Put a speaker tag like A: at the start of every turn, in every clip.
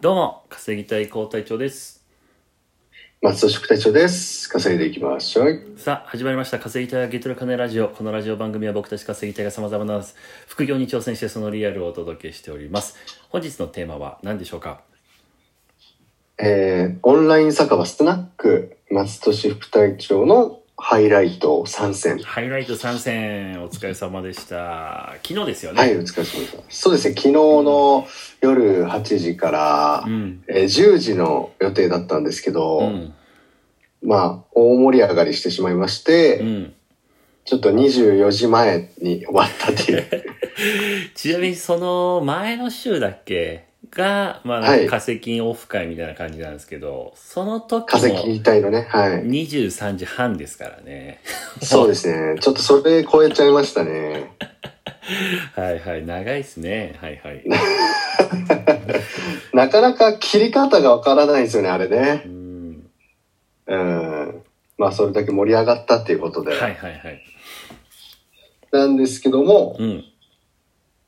A: どうも、稼ぎたい高隊長です。
B: 松戸宿隊長です。稼いでいきましょう。
A: さあ、始まりました。稼ぎたいがゲットルカネラジオ。このラジオ番組は僕たち稼ぎたいが様々な副業に挑戦してそのリアルをお届けしております。本日のテーマは何でしょうか
B: えー、オンライン酒場スナック松戸副隊長のハイライト参戦。
A: ハイライト参戦、お疲れ様でした。昨日ですよね。
B: はい、お疲れ様でした。そうですね、昨日の夜8時から
A: う、ん。
B: えー10時の予定だったんですけど、
A: うん。
B: まあ、大盛り上がりしてしまいまして、
A: うん。
B: ちょっと24時前に終わったっ ていう。
A: ちなみにその前の週だっけが、まあ、
B: はい
A: 化石金オフ会みたいな感じなんですけど、その時
B: 化
A: も
B: 石隊のね、はい。
A: 23時半ですからね。
B: そうですね、ちょっとそれ超えちゃいましたね。
A: はいはい、長いですね。はいはい。
B: なかなか切り方がわからないですよね、あれね
A: う。ん。
B: うんまあそれだけ盛り上がったっていうことで、
A: はいはいはい。
B: なんですけども、
A: うん。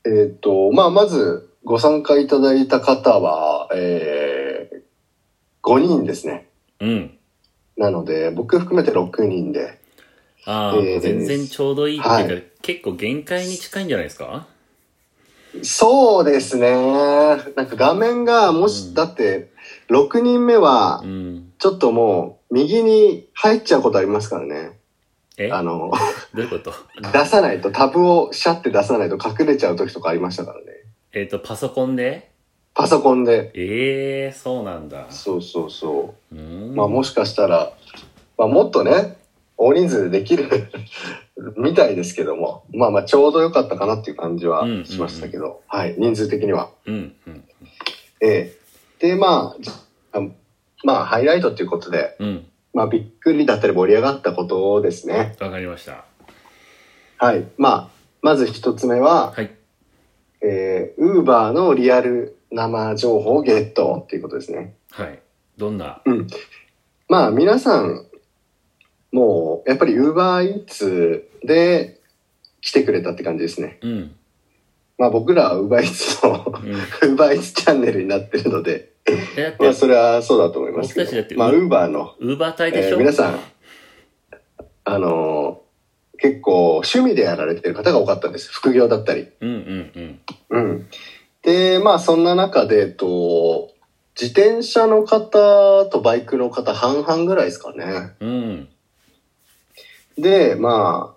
B: えっ、と、まあまずご参加いただいた方は、えー、5人ですね。
A: うん。
B: なので、僕含めて6人で、
A: ああ、
B: えー
A: 全然ちょうどいいっていうか、
B: は
A: 結構限界に近いんじゃないですか
B: そうですね。なんか画面が、もし、
A: うん
B: だって、6人目は
A: う、ん。
B: ちょっともう、右に入っちゃうことありますからね。
A: え
B: あの、
A: どういうこと
B: 出さないと、タブをシャって出さないと隠れちゃう時とかありましたからね。
A: えっと、パソコンで
B: パソコンで。
A: ええー、そうなんだ。
B: そうそうそう。
A: うん。
B: まあ、もしかしたら、まあ、もっとね大人数でできる みたいですけどもまあまあちょうど良かったかなっていう感じは
A: うん
B: しましたけど、はい、人数的には。
A: うん、うん、
B: ええでまあじあまあハイライトっていうことで、
A: うん。
B: まあ、びっくりだったり盛り上がったことですね。
A: わかりました。
B: はいまあ、まず一つ目は、
A: はい。
B: えー、ウーバーのリアル生情報をゲットっていうことですね。
A: はい。どんな
B: まあ皆さんもうやっぱり UberEats で来てくれたって感じですね。
A: うん。
B: まあ僕らは UberEats の
A: うん。
B: UberEats チャンネルになってるので、
A: え、だって
B: まあ、それはそうだと思いますけ
A: 僕たちだって
B: ど、まあ Uber の、
A: ウーバー隊で
B: え
A: し
B: ー
A: ょ、
B: 皆さん、あのー結構趣味でやられてる方が多かったんです。副業だったり。
A: うん、うん、うん。
B: うん。で、まあそんな中で、えっと、自転車の方とバイクの方半々ぐらいですかね。
A: うん。
B: で、ま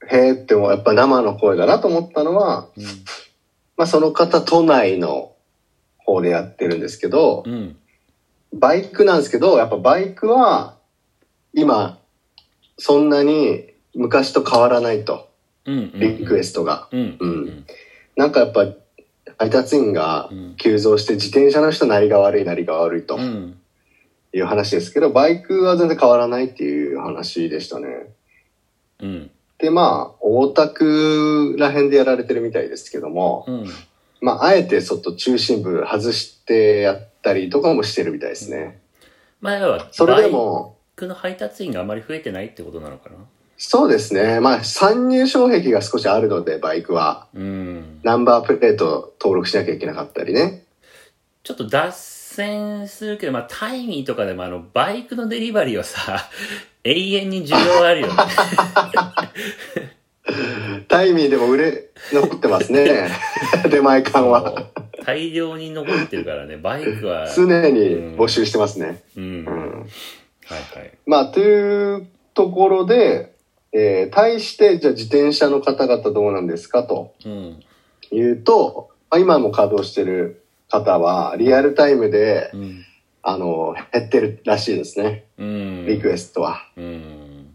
B: あ、へえってもやっぱ生の声だなと思ったのは、
A: うん
B: まあその方都内の方でやってるんですけど、
A: うん。
B: バイクなんですけど、やっぱバイクは今そんなに昔と変わらないと、
A: うん。うん
B: リクエストが。
A: うん。う
B: うんん。なんかやっぱ配達員が
A: うん。
B: 急増して自転車の人なりが悪いなりが悪いと
A: うん。
B: いう話ですけど、バイクは全然変わらないっていう話でしたね。
A: うん。
B: で、まあ、大田区ら辺でやられてるみたいですけども、
A: うん。
B: まあ、あえてちょっと中心部外してやったりとかもしてるみたいですね。
A: 前は、
B: それで
A: バイ
B: も、
A: 僕の配達員があまり増えてないってことなのかな
B: そうですね。まあ、参入障壁が少しあるので、バイクは。
A: うん
B: ナンバープレート登録しなきゃいけなかったりね。
A: ちょっと脱線するけど、まあ、タイミーとかでもあのバイクのデリバリーはさ 永遠に需要あるよ ね
B: タイミーでも売れ、残ってますね。出前館は。
A: 大量に残ってるからねバイクは
B: 常に募集してますね。
A: うん
B: う
A: はいは
B: ん。
A: い
B: まあ、というところで、えー対して、じゃあ自転車の方々どうなんですかと。
A: うん
B: 言うと、まあ、今も稼働してる方は、リアルタイムで、
A: うん
B: あの、減ってるらしいですね、
A: うん
B: リクエストは。
A: うん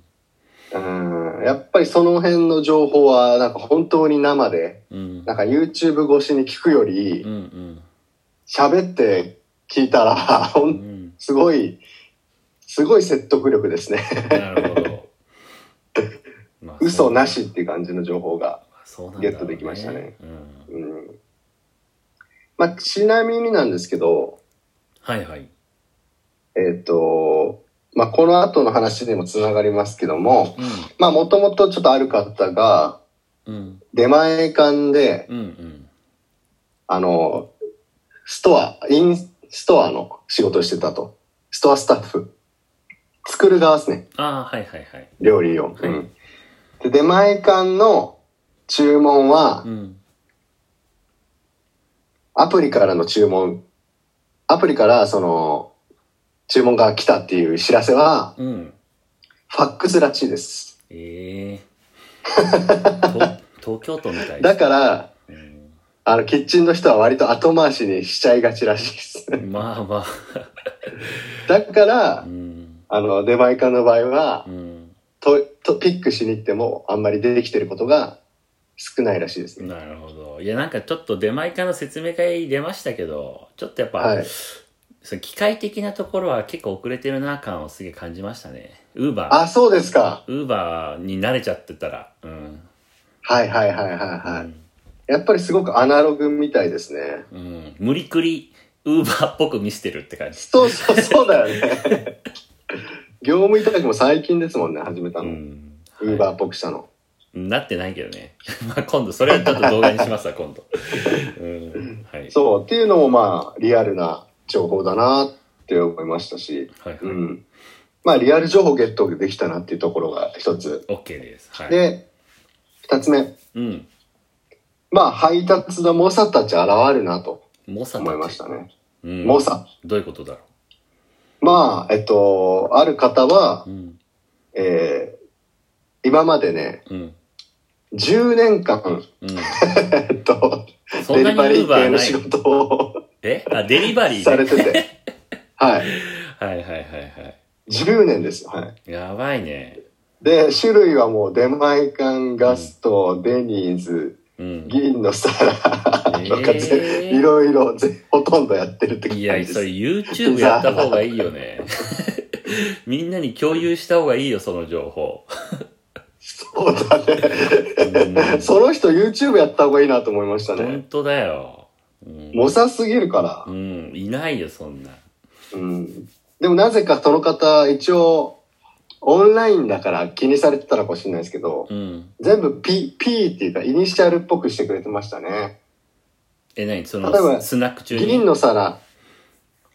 B: うん、やっぱりその辺の情報は、なんか本当に生で、
A: うん
B: なんか YouTube 越しに聞くより
A: う、ん
B: 喋って聞いたら、 ほ、
A: うんん
B: すごい、すごい説得力ですね。
A: なるほど、まあ
B: 嘘なしっていう感じの情報が。
A: そうなんだろう
B: ゲットできましたね
A: うん、
B: うん。まあ、ちなみになんですけど、
A: はいはい
B: えっ、と、まあ、この後の話にもつながりますけども、
A: う
B: まあ、もともとちょっとある方が、
A: んうん
B: 出前館で、
A: うんうん
B: あの、ストア、イン、ストアの仕事をしてたと。ストアスタッフ。作る側ですね。
A: ああ、はいはいはい。
B: 料理を。
A: はい
B: うんで、出前館の注文は
A: う、ん。
B: アプリからの注文、アプリからその、注文が来たっていう知らせは、
A: うん。
B: ファックスらしいです。
A: ええ ーと東京都みたい、
B: だからら、
A: うん
B: あの、キッチンの人は割と後回しにしちゃいがちらしいです。
A: まあま
B: だか
A: あ。う
B: ら、
A: ん。
B: あの、出前館の場合は
A: う、ん。
B: と、と、ピックしに行っても、あんまり出てきてることが少ないらしいですね。
A: なるほど。いや、なんかちょっと出前館の説明会出ましたけど、ちょっとやっぱ、
B: はい
A: その機械的なところは結構遅れてるな感をすげえ感じましたね。ウーバ
B: あ、そうですか。
A: ー。ウーバーに慣れちゃってたら。うん。
B: はいはいはいはいは
A: う
B: い。
A: ん
B: やっぱりすごくアナログみたいですね。
A: うん。無理くり、ウーバーっぽく見せてるって感じ。
B: そうそうそうだよね。 業務委託も最近ですもんね、始めた
A: う
B: の。
A: ん。
B: ウーバーっぽくしたの。
A: なってないけどね。 まあ今度、それはちょっと動画にし ますわ、今度。うん。はい。
B: そう、っていうのもまあ、リアルな情報だなって思いましたし、
A: はいはい。
B: うん。まあ、リアル情報ゲットできたなっていうところが一つ。
A: OK です。はい。
B: で、二つ目。
A: うん。
B: まあ、配達の猛者たち現るなと
A: 猛者たち
B: 思いましたね。
A: うん。
B: 猛者。
A: どういうことだろ
B: まあ、えっと、ある方は
A: う。、うん。
B: えー今までね、
A: うん。
B: 10年間、
A: うん。
B: えっと、
A: そ
B: デ
A: んな
B: リ
A: にウ
B: バリ
A: ーバー
B: ー系の
A: ない
B: 仕。事を
A: えあ、デリバリ
B: さ
A: ー、
B: れ
A: ね。
B: てて。は
A: は
B: い。
A: いはいはいはい。
B: 10年ですよ。はい。
A: やばいね。
B: で、種類はもう、出前館、ガスト、デニーズ、
A: うん。
B: 銀の皿とかぜ、
A: えー
B: いろいろぜ、ほとんどやってるって感
A: い
B: じ
A: や、
B: です。
A: それ YouTube やった方がいいよね。 みんなに共有した方がいいよ、その情報。
B: そうだ
A: う
B: ね。
A: ん
B: その人 YouTube やった方がいいなと思いましたね
A: 本。当だよ。うん。
B: 猛者すぎるから
A: う。ん、いないよ、そんな。
B: うん。でもなぜかその方、一応、オンラインだから気にされてたのかもしれないですけど、
A: うん。
B: 全部 P、P っていうか、イニシャルっぽくしてくれてましたね。
A: え、何そ
B: 例えば
A: の、スナック中に。
B: 銀の皿、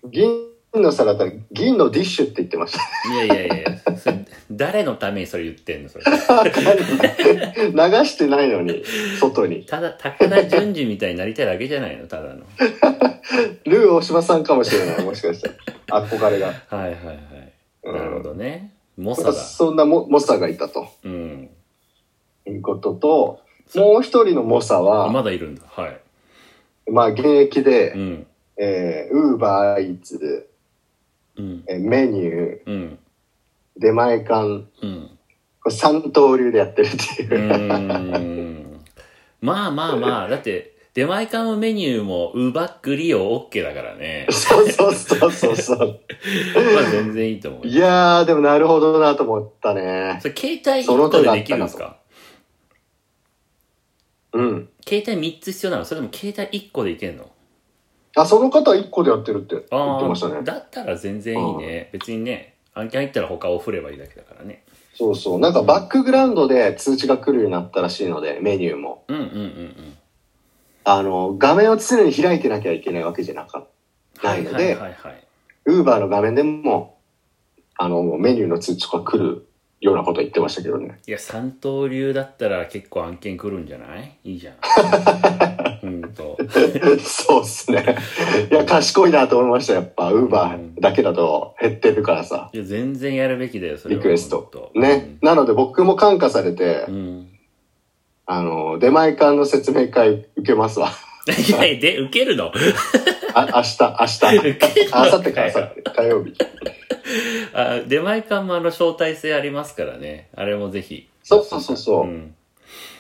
B: 銀の皿だったら銀のディッシュって言ってました。
A: いやいやいや、それ誰のためにそれ言ってんのそれ。
B: わかんない流してないのに、外に。
A: ただ、高田純次みたいになりたいだけじゃないのただの。
B: ルー大島さんかもしれない、もしかしたら。憧れが。
A: はいはいはい。
B: うん
A: なるほどね。猛
B: なん
A: 者
B: か
A: だ。
B: そんなも猛者がいたと
A: うん。
B: いうことと、もう一人の猛者
A: あ
B: は、
A: まだいるんだ。はい。
B: まあ現役で、
A: うん。
B: えー、ウーバーイーツ、
A: うん。
B: えーメニュー、
A: うん。
B: 出前館、
A: うん。
B: これ三刀流でやってるっていうう。。
A: ーん。まあまあまあ、だって、出前館のメニューも、ウバック利用 OK だからね
B: そうそうそうそうそう。
A: まあ全然いいと思うよ。
B: いやー、でもなるほどなと思ったね。
A: それ携帯1個でできるんです
B: その手だ
A: か
B: うん。
A: 携帯3つ必要なのそれとも携帯1個でいけんの
B: あ、その方一個でやってるって言
A: あ
B: ってました
A: あ、
B: ね。
A: だったら全然いいね。別にね、案件入ったら他を振ればいいだけだからね。
B: そうそう。なんかバックグラウンドで通知が来るようになったらしいので、メニューも。
A: うんうんうんうん。
B: あの、画面を常に開いてなきゃいけないわけじゃなかった。ないので
A: はいはいはい。
B: ウーバーの画面でも、あの、メニューの通知が来るようなこと言ってましたけどね。
A: いや、三刀流だったら結構案件来るんじゃないいい じゃん。ほんと。
B: そうっすね。いや、賢いなと思いました、やっぱ。ウーバーだけだと減ってるからさ、
A: いや、全然やるべきだよ、それ
B: リ
A: は
B: クエス
A: ほん
B: ト
A: と。
B: ね。なので僕も感化されて
A: うん。、うん
B: あの、出前館の説明会受けますわ。
A: いやいや、で、受けるの
B: あ、明日、明
A: 受ける
B: 日。
A: の
B: あさってか、あさ
A: さ
B: って、火曜日。
A: あ、出前館もあの、招待制ありますからね。あれもぜひ。
B: そうそうそうそう
A: うん。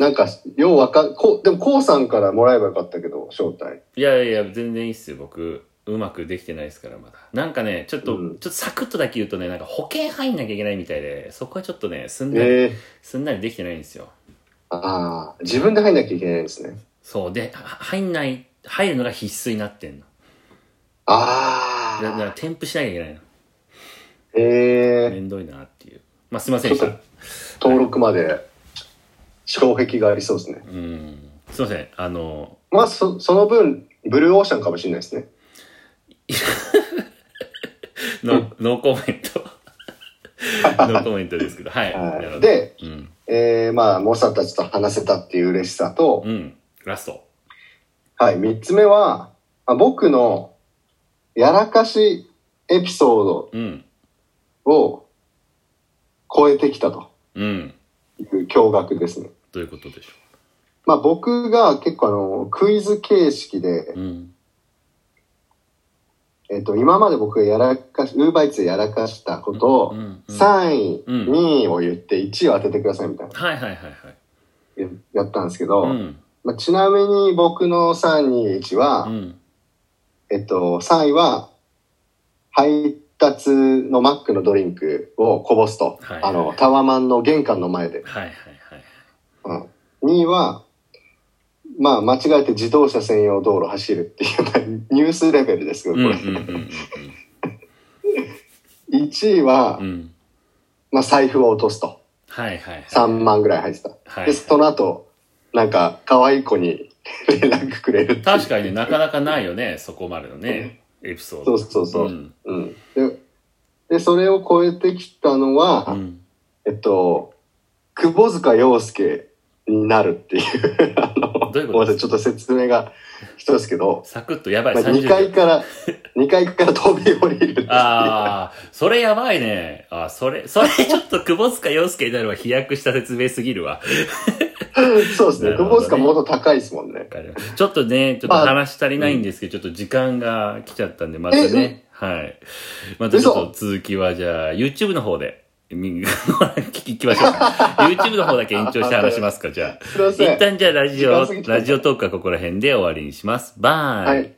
B: なんか、ようわか、こう、でも、こうさんからもらえばよかったけど、招待。
A: いやいやいや、全然いいっすよ、僕。うまくできてないですから、まだ。なんかね、ちょっと、
B: うん
A: ちょっとサクッとだけ言うとね、なんか保険入んなきゃいけないみたいで、そこはちょっとね、すんなり、
B: ええ。
A: すんなりできてないんですよ。
B: ああ、自分で入んなきゃいけないんですね。
A: そう。で、は入んない、入るのが必須になってんの。
B: あ
A: だだから、
B: あ、
A: 添付しなきゃいけないの。
B: ええ、
A: めんどいなっていう。まあ、すいませんでした。
B: ちょっ登録まで、障壁がありそうですね。
A: うん。すいません。あの、
B: まあ、そその分、ブルーオーシャンかもしれないですね。
A: ノーコメン ト。ノーコメントですけど、はい。
B: はい
A: なるほど、
B: で
A: うん。
B: えーまあ、猛者たちと話せたっていう嬉しさと、
A: うん。ラスト。
B: はい、三つ目は、まあ、僕のやらかしエピソ
A: うん。
B: ードを超えてきたと
A: うん。
B: いう驚愕ですね。
A: どういうことでしょ
B: まあ僕が結構あの、クイズ形式で
A: う。、うん。
B: えっと、今まで僕がやらかし、ウーバーイーツでやらかしたこと
A: う
B: を、
A: んうん
B: 3位、
A: うん
B: 2位を言って1位を当ててくださいみたいな、
A: はいはいはいはい。
B: ややったんですけど、
A: うん。
B: まあ、ちなみに僕の3、2、1は、
A: うん。
B: えっと、3位は、配達のマックのドリンクをこぼすと、
A: はい
B: あの、タワマンの玄関の前で。
A: はいはいはい。
B: うん、2位は、まあ、間違えて自動車専用道路走るっていう、 ニュースレベルですけど、
A: う
B: こ
A: んうん
B: れ。
A: うんうん
B: 1位は、
A: うん。うん。
B: まあ、財布を落とすと。
A: はいはいはい。
B: 3万ぐらい入ってた。
A: は
B: で、
A: い。
B: その後、なんか、可愛い子に 連絡くれるっていう。
A: 確かにね、なかなかないよね、そこまでのね、エピソー
B: そ
A: ド。
B: うそうそう。うん。
A: ん。
B: でで、それを超えてきたのは、
A: うん。
B: えっと、久保塚洋介になるっていう、あの、
A: どういう
B: ごめん
A: こと
B: な
A: ですか
B: さい、ちょっと説明が人ですけど、
A: サクッとやばい、
B: まあ、
A: 30
B: 2
A: 秒
B: 階。から、2階から飛び降りるっていう。
A: ああ、それやばいね。あーそれ、それちょっと窪塚洋介になるは飛躍した説明すぎるわ。
B: そうですね。
A: なるほどね
B: 久保塚もっと高いですもんね。
A: ちょっとね、ちょっと話足りないんですけど、ちょっと時間が来ちゃったんで、またね、はい。またちょっと続きは、じゃあ、YouTube の方で、み 聞き聞きましょうか。YouTube の方だけ延長して話しますか、じゃあ。
B: すいませ
A: 一
B: ん。
A: 旦じゃあラジ
B: 時
A: オ
B: 間過ぎ、ちゃった
A: ラジオトークはここら辺で終わりにします。バイ。
B: はい。